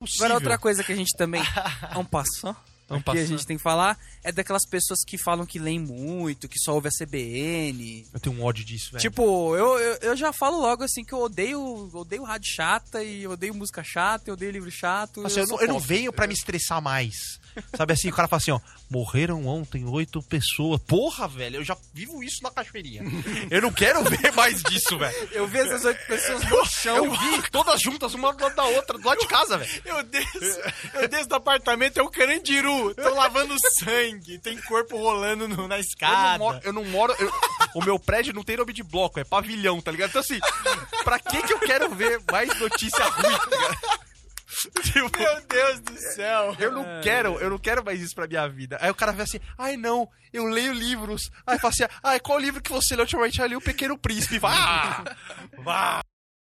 Possível. Agora, outra coisa que a gente também. É um passo. En que a passant. gente tem que falar é daquelas pessoas que falam que leem muito, que só ouve a CBN. Eu tenho um ódio É. disso, velho. Tipo, eu, eu, eu já falo logo assim que eu odeio, odeio rádio chata e eu odeio música chata, eu odeio livro chato. Nossa, eu, não, sou eu não contra. venho pra me estressar mais. Sabe assim, o cara fala assim, ó, morreram ontem oito pessoas. Porra, velho, eu já vivo isso na cachoeirinha. Eu não quero ver mais disso, velho. Eu vi essas oito pessoas no chão. Eu vi todas juntas, uma do lado da outra, do lado de casa, velho. Eu desço, eu desço do apartamento, é o Carandiru. Tô lavando sangue, tem corpo rolando no- na Eu não escada. moro. Eu não moro eu- o meu prédio não tem nome de bloco, é pavilhão, tá ligado? Então assim, pra que que eu quero ver mais notícia ruim, tá ligado? Tipo, Meu Deus do céu. Eu não quero, eu não quero mais isso pra minha vida. Aí o cara vê assim, ai não, eu leio livros. Aí fala assim, ai, qual livro que você leu ultimamente? Aí eu li o Pequeno Príncipe. Vá! Vá!